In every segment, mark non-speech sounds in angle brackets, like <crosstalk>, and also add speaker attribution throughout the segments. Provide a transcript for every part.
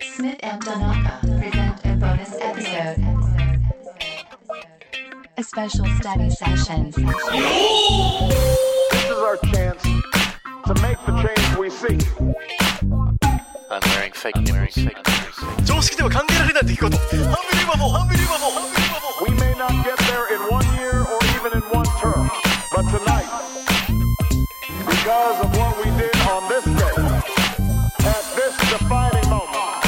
Speaker 1: Smith and Donaka present a bonus episode. A special study session.
Speaker 2: This is our chance to make the change we seek.
Speaker 3: I'm wearing fake I'm wearing fake nipples.
Speaker 4: 常識では考えられない出来事ハンビリーバボーハンビリーバボーハンビリーバボー
Speaker 2: We may not get there in one year or even in one term, but tonight, because of what we did on this day, at this defining moment,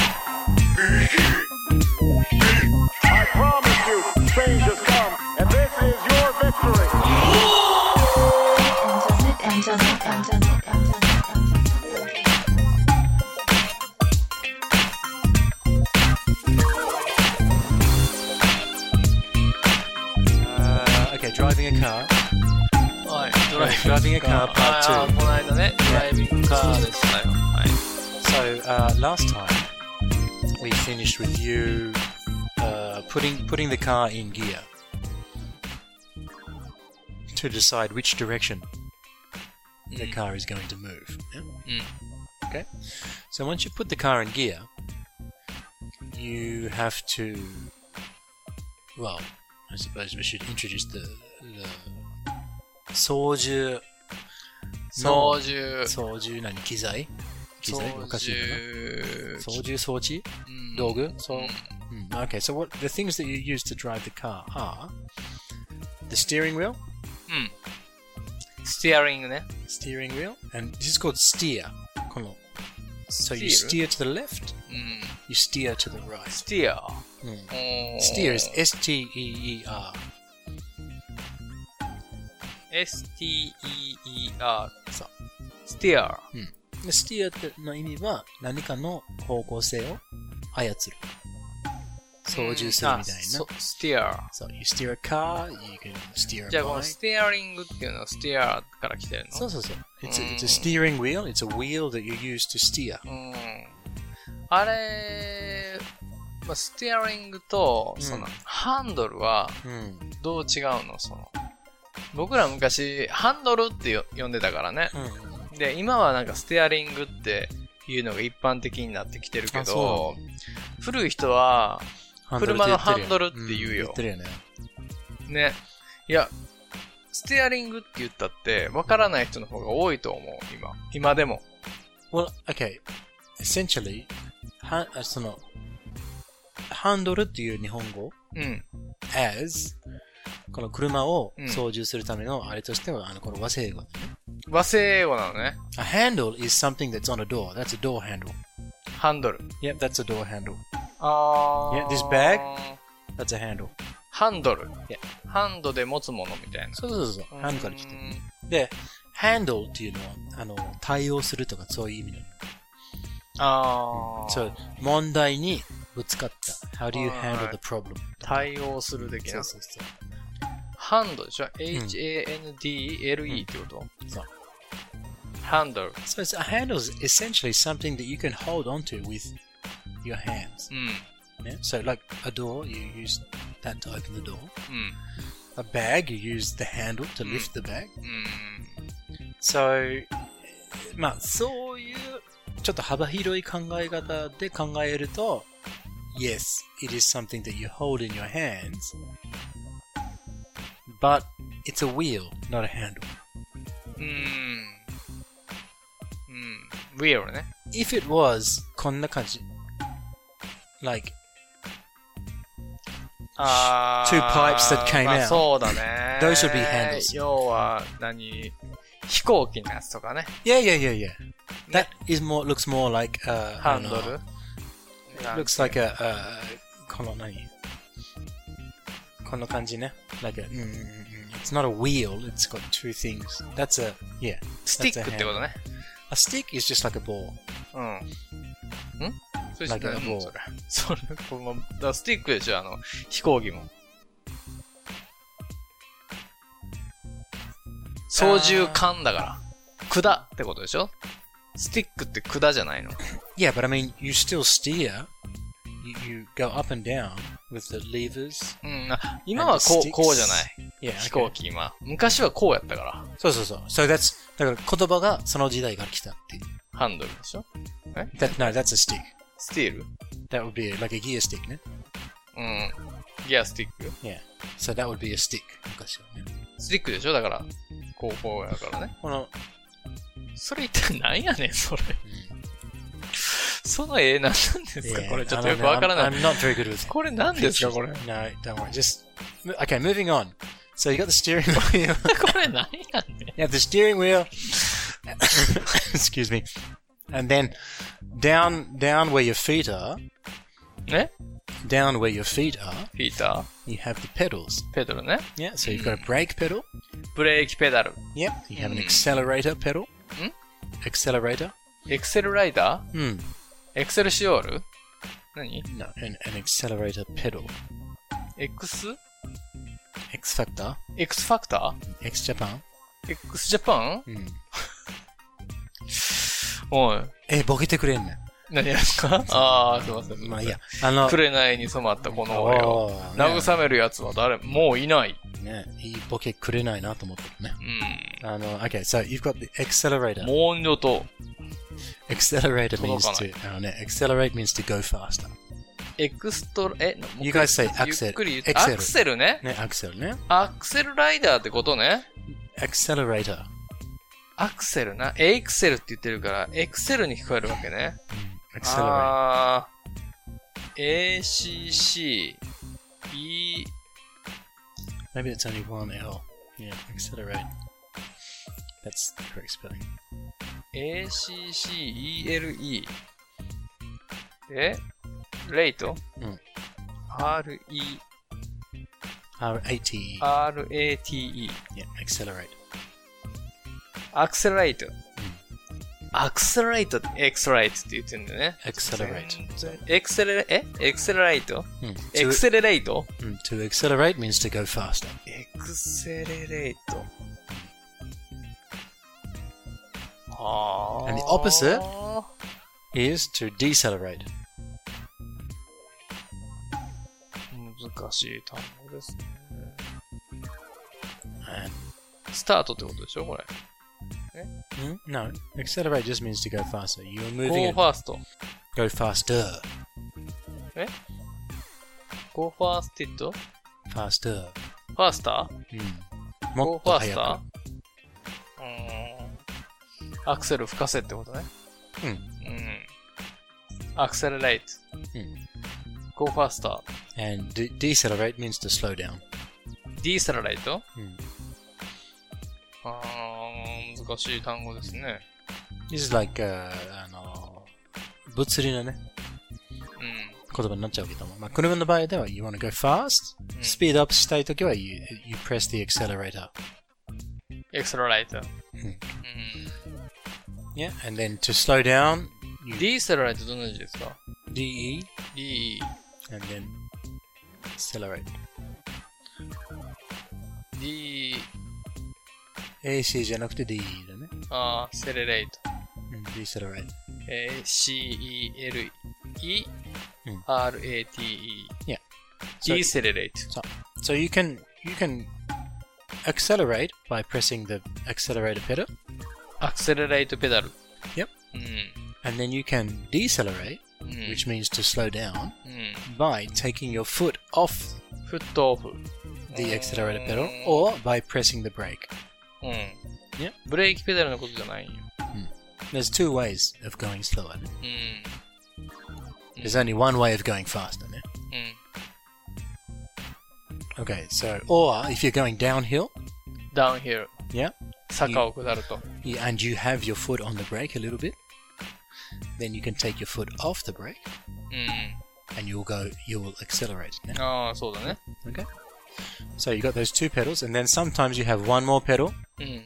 Speaker 2: I promise you, change has come, and this is your victory.
Speaker 1: Smith and Donaka.
Speaker 4: Uh, okay, driving a car.
Speaker 3: はい、ドライ
Speaker 4: Right,
Speaker 3: ブ。
Speaker 4: driving a car
Speaker 3: あ
Speaker 4: part
Speaker 3: あ、
Speaker 4: two.
Speaker 3: この間ね、ドライビングカーでしたよ。はい。
Speaker 4: So uh, last time we finished with you uh, putting putting the car in gear to decide which direction the car is going to move. yeah?
Speaker 3: Mm.
Speaker 4: Okay. So once you put the car in gear, you have to. Well, I suppose we should introduce the the. 操縦
Speaker 3: 操縦。
Speaker 4: 操縦何機材機材おかしいかな操
Speaker 3: 操
Speaker 4: 縦装置
Speaker 3: 縦
Speaker 4: 道具
Speaker 3: そううん。
Speaker 4: Mm, okay, so what the things that you use to drive the car are the steering wheel,
Speaker 3: ステアリングね。
Speaker 4: steering wheel, and this is called steer. この So you
Speaker 3: Steer? Mm.
Speaker 4: steer to the left,
Speaker 3: うん。
Speaker 4: you steer to the right.
Speaker 3: ステア。
Speaker 4: Mm.
Speaker 3: おー
Speaker 4: Steer is S T E E R.
Speaker 3: STEER。
Speaker 4: そう
Speaker 3: ステア。
Speaker 4: でスティアっての意味は何かの方向性を操る。操縦するみたい
Speaker 3: あ
Speaker 4: な
Speaker 3: そ。ステア。
Speaker 4: So you steer a car, you can steer a
Speaker 3: じゃあこの
Speaker 4: bike.
Speaker 3: ステアリングっていうのはステアから来てるの
Speaker 4: そうそうそう。It's a,
Speaker 3: うん
Speaker 4: it's a steering wheel. It's a wheel that you use to steer.
Speaker 3: うんあれ、まあ、ステアリングと、
Speaker 4: うん
Speaker 3: その、ハンドルは
Speaker 4: うん。
Speaker 3: どう違うのその、僕ら昔、ハンドルってよ呼んでたから
Speaker 4: <laughs>
Speaker 3: ね。
Speaker 4: Hmm.
Speaker 3: で、今はなんかステアリングっていうのが一般的になってきてるけ
Speaker 4: あそ
Speaker 3: ど、古い人は、車のハンドル
Speaker 4: Hmm,
Speaker 3: って言うよ
Speaker 4: 言ってるよね。
Speaker 3: ね、いや、ステアリングって言ったって、わからない人の方が多いと思う、今。今でも。
Speaker 4: Well, okay. Essentially, はあその、ハンドルっていう日本語
Speaker 3: うん。
Speaker 4: as この車を
Speaker 3: うん
Speaker 4: 操縦するためのあれとしては、あの、この和製英語だね。
Speaker 3: 和製英語なのね。
Speaker 4: A handle is something that's on a door. That's a door handle.
Speaker 3: ハンドル。
Speaker 4: Yep, that's a door handle.
Speaker 3: あー
Speaker 4: Yeah, this bag? That's a handle.
Speaker 3: ハンドル。
Speaker 4: いや
Speaker 3: ハンドで持つものみたいな。
Speaker 4: そうそうそうそう。ハンドから来て
Speaker 3: う
Speaker 4: る。
Speaker 3: ん
Speaker 4: で、handle っていうのは、あの、対応するとかそういう意味なの。
Speaker 3: ああ。
Speaker 4: そう、問題にぶつかった。How do you
Speaker 3: はい
Speaker 4: handle the problem?
Speaker 3: 対応する的
Speaker 4: そ
Speaker 3: な
Speaker 4: う。そうそ
Speaker 3: ハンドでしょ ?H-A-N-D-L-E ってこと
Speaker 4: う。そう。
Speaker 3: ハンドル。
Speaker 4: So it's, a handle is essentially something that you can hold onto with your hands.
Speaker 3: うん。うん。
Speaker 4: Yeah? So like a door, you use that to open the door. A bag, you use the handle to
Speaker 3: Mm.
Speaker 4: lift the bag.
Speaker 3: うん。
Speaker 4: So, まあ、そういう、ちょっと幅広い考え方で考えると、Yes, it is something that you hold in your hands, but it's a wheel, not a handle.
Speaker 3: うん。うん。wheel ね。
Speaker 4: If it was, こんな感じ。Like,
Speaker 3: あー
Speaker 4: Two pipes that came
Speaker 3: まあ
Speaker 4: out.
Speaker 3: そうだね。
Speaker 4: Those would be handles.
Speaker 3: 要は、何飛行機のやつとかね。
Speaker 4: yeah, yeah, yeah, yeah. That is more, looks more like uh, a
Speaker 3: ハンドル
Speaker 4: looks like a, a この何この感じね。Like a, mm, うんうんうん it's not a wheel, it's got two things. That's a, yeah.
Speaker 3: スティックってことね。
Speaker 4: A stick is just like a ball.
Speaker 3: うん。んそれ知
Speaker 4: な
Speaker 3: っ
Speaker 4: ん
Speaker 3: て
Speaker 4: か
Speaker 3: ない
Speaker 4: もう
Speaker 3: もうそれ。 <laughs> それ、この、だからスティックでしょ、あの、飛行機も。操縦桿だから。管ってことでしょスティックって管じゃないの
Speaker 4: Yeah, but I mean, you still steer. You, you go up and down with the levers.
Speaker 3: うん。あ今はこ
Speaker 4: And the
Speaker 3: う、
Speaker 4: sticks
Speaker 3: こうじゃない。
Speaker 4: Yeah,
Speaker 3: 飛行
Speaker 4: okay.
Speaker 3: 機今。昔はこうやったから。
Speaker 4: そうそうそう。So that's, だから言葉がその時代から来たっていう。
Speaker 3: ハンドルでしょ Eh?
Speaker 4: That no, that's a stick.
Speaker 3: スティール
Speaker 4: That would be like a gear stick, ne?
Speaker 3: うん。ギアスティック
Speaker 4: Yeah. So that would be a stick. 昔はね
Speaker 3: スティックでしょだから、高校やからね。
Speaker 4: この、
Speaker 3: それ一体何やねん、それ。その絵何なんですか
Speaker 4: Yeah,
Speaker 3: これちょっ
Speaker 4: I
Speaker 3: とよく
Speaker 4: don't know.
Speaker 3: わから
Speaker 4: I'm,
Speaker 3: ない。
Speaker 4: I'm not very good <laughs> with
Speaker 3: これ何ですかこれ。こ
Speaker 4: No, don't worry. Just okay. Moving on. So you got the steering <laughs> wheel.
Speaker 3: れ何やね
Speaker 4: you have the steering wheel. <coughs> Excuse me. And then down, down where your feet are,
Speaker 3: んね
Speaker 4: down where your feet are,
Speaker 3: ピータ
Speaker 4: you have the pedals.
Speaker 3: ー、ペドロね。
Speaker 4: Yeah. So you've got a brake pedal.
Speaker 3: ブレーキペダル。
Speaker 4: Yep. You have an accelerator pedal.
Speaker 3: Mm.
Speaker 4: Accelerator.
Speaker 3: エクセルライダ
Speaker 4: Hmm.
Speaker 3: ーエクセルシオール何
Speaker 4: No, an, an accelerator pedal.
Speaker 3: ?X?
Speaker 4: X Factor.
Speaker 3: X ファクタ
Speaker 4: X Japan.
Speaker 3: ー ?X ジャパン
Speaker 4: Hmm.
Speaker 3: おい。
Speaker 4: え、ボケてくれんね
Speaker 3: 何やすかああ、すいません。
Speaker 4: ん。まあいいや。あの、
Speaker 3: 紅に染まったこの俺を。
Speaker 4: おーね
Speaker 3: 慰めるやつは誰もういない。
Speaker 4: ね、いいボケくれないなと思ってるね。
Speaker 3: う
Speaker 4: あの、okay, so you've got the accelerator.
Speaker 3: ん。もう二度と、
Speaker 4: Accelerator means
Speaker 3: 届
Speaker 4: to, あのね、accelerate means to go faster.
Speaker 3: エクストラ、え、もう
Speaker 4: You guys say
Speaker 3: ゆっ
Speaker 4: accel.
Speaker 3: くり言って。ア
Speaker 4: accel.
Speaker 3: クセルね。
Speaker 4: ね、アクセルね。
Speaker 3: アクセルライダーってことね。
Speaker 4: accelerator.
Speaker 3: アクセルな。エクセルって言ってるから、エクセルに聞こえるわけね。
Speaker 4: Mm, accelerate.
Speaker 3: あー、ACC、E、
Speaker 4: Maybe it's only one L. Yeah, accelerate. That's the correct spelling.
Speaker 3: ACCELE。えレイト
Speaker 4: うん。
Speaker 3: RE、
Speaker 4: R-A-T-E.
Speaker 3: RATE。
Speaker 4: E. Yeah, accelerate.
Speaker 3: アクセライト。アクセライトって、エクセライトって言ってるんだよね。
Speaker 4: accelerate.
Speaker 3: エクセレ、えエクセライト
Speaker 4: Hmm.
Speaker 3: エク
Speaker 4: To,
Speaker 3: セレレイト
Speaker 4: mm, to accelerate means to go faster.
Speaker 3: エクセレレート。あー。
Speaker 4: And the opposite? Is to decelerate.
Speaker 3: 難しい単語ですね。
Speaker 4: And
Speaker 3: スタートってことでしょこれ。
Speaker 4: Mm, No, accelerate just means to go faster. You're moving.
Speaker 3: Go
Speaker 4: at-
Speaker 3: first.
Speaker 4: go faster.
Speaker 3: Go firsted?
Speaker 4: Faster.
Speaker 3: Faster?
Speaker 4: Mm.
Speaker 3: Go
Speaker 4: もっと
Speaker 3: faster?
Speaker 4: 速
Speaker 3: うーん。アクセル吹かせってことね。
Speaker 4: くうん
Speaker 3: うん。アクセレレート。
Speaker 4: う
Speaker 3: Go
Speaker 4: ん。
Speaker 3: faster.
Speaker 4: And de- decelerate means to slow down.
Speaker 3: ディーセラライト
Speaker 4: うん
Speaker 3: あー、難しい単語ですね。
Speaker 4: This is like、uh, あの物理のね
Speaker 3: う
Speaker 4: 言葉になっちゃうけども、まあ、車の場合では you wanna go fast、
Speaker 3: ん
Speaker 4: スピードアップしたいときは you, you press the accelerator、
Speaker 3: ん。エクセラライト。
Speaker 4: うん
Speaker 3: う
Speaker 4: yeah and then to slow down
Speaker 3: ん。ディーセラライトどんな字ですか
Speaker 4: DE
Speaker 3: ?D、
Speaker 4: and then accelerate
Speaker 3: D、
Speaker 4: AC じゃなくて DE だね、
Speaker 3: あー、セレレイト。
Speaker 4: うん、decelerate
Speaker 3: A C E L E
Speaker 4: うん
Speaker 3: R A T E
Speaker 4: Yeah. So-
Speaker 3: decelerate
Speaker 4: So you can you can accelerate by pressing the accelerator pedal,
Speaker 3: accelerate pedal
Speaker 4: Yep.
Speaker 3: うん
Speaker 4: and then you can decelerate,
Speaker 3: うん
Speaker 4: which means to slow down,
Speaker 3: う
Speaker 4: by taking your foot off
Speaker 3: んフットオフ
Speaker 4: the accelerator pedal
Speaker 3: うん
Speaker 4: or by pressing the brake.
Speaker 3: うん
Speaker 4: Yep.
Speaker 3: ブレーキペダルのことじゃないんよ
Speaker 4: There's two ways of going slower.
Speaker 3: うん
Speaker 4: There's only one way of going faster. no?
Speaker 3: うん
Speaker 4: Okay, so or if you're going downhill,
Speaker 3: ダウンヒル
Speaker 4: yeah,
Speaker 3: 坂を下ると
Speaker 4: you- and you have your foot on the brake a little bit, then you can take your foot off the brake
Speaker 3: うん
Speaker 4: and you'll go you will accelerate. no?
Speaker 3: ああそうだね
Speaker 4: Okay. So you got those two pedals, and then sometimes you have one more pedal
Speaker 3: うん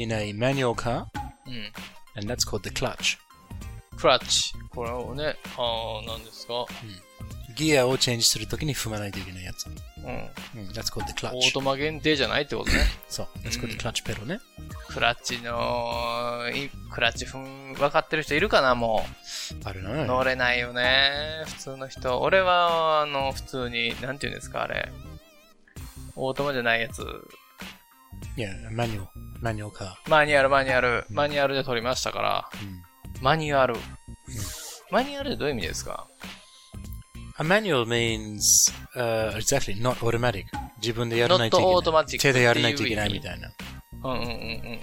Speaker 4: in a manual car, Hmm.
Speaker 3: うん
Speaker 4: and that's called the clutch.
Speaker 3: クラッチこれをねああ何ですか
Speaker 4: ギアをチェンジするときに踏まないといけないやつ。
Speaker 3: うん
Speaker 4: うん、that's Hmm, called the
Speaker 3: オ
Speaker 4: clutch.
Speaker 3: ートマ限定じゃないってことね
Speaker 4: そう、that's called the clutch pedal ね。
Speaker 3: クラッチのいクラッチふん分かってる人いるかなもう
Speaker 4: あるな。
Speaker 3: 乗れないよね。普通の人。俺は、あの、普通に、なんて言うんですか、あれ。オートマじゃないやつ。
Speaker 4: Yeah, a manual, manual car. Hmm.
Speaker 3: マニュアル、マニュアル。マニュアルで撮りましたから。マニュアル。マニュアルどういう意味ですか
Speaker 4: A manual means uh, exactly not automatic. 自分でやらないといけ
Speaker 3: Not
Speaker 4: ない。
Speaker 3: automatic
Speaker 4: 手でやらないといけないみたいな。
Speaker 3: うんうんうんうんうん。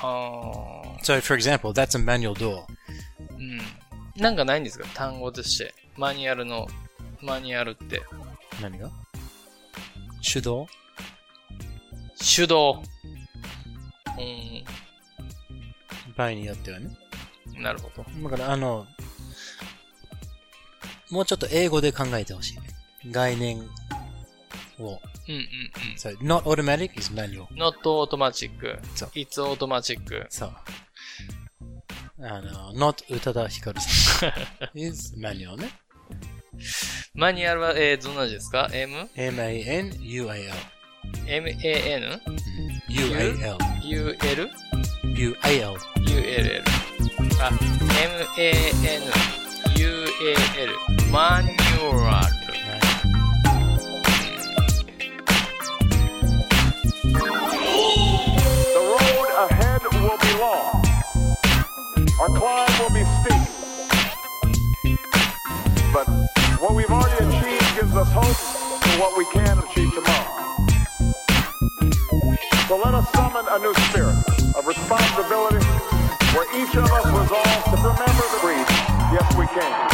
Speaker 3: ああ。
Speaker 4: So, for example, that's a manual door.
Speaker 3: うん。なんかないんですか単語として。マニュアルの、マニュアルって。
Speaker 4: 何が手動
Speaker 3: 手動。うん。
Speaker 4: 場合によってはね。
Speaker 3: なるほど。
Speaker 4: だから、あの、もうちょっと英語で考えてほしい。概念を。
Speaker 3: うんうんうん。
Speaker 4: So, not automatic is manual.
Speaker 3: not automatic.
Speaker 4: そう
Speaker 3: It's automatic.
Speaker 4: そう。あの、not 宇多田ヒカルさ
Speaker 3: <laughs>
Speaker 4: ん is manual ね。
Speaker 3: マニュアルは、えー、どんな字ですか ?M?
Speaker 4: m-a-n-u-a-l。
Speaker 3: M-A-N?
Speaker 4: うん u-a-l。
Speaker 3: U-L?
Speaker 4: u-a-l。
Speaker 3: U-L-L あ M-A-N-U-A-L マニュアル
Speaker 4: はい
Speaker 2: The road ahead will be long. Our climb will be steep. But what we've already achieved gives us hope for what we can achieve tomorrow. So let us summon a new spirit of responsibility where each of us resolves to remember the creed, yes we can.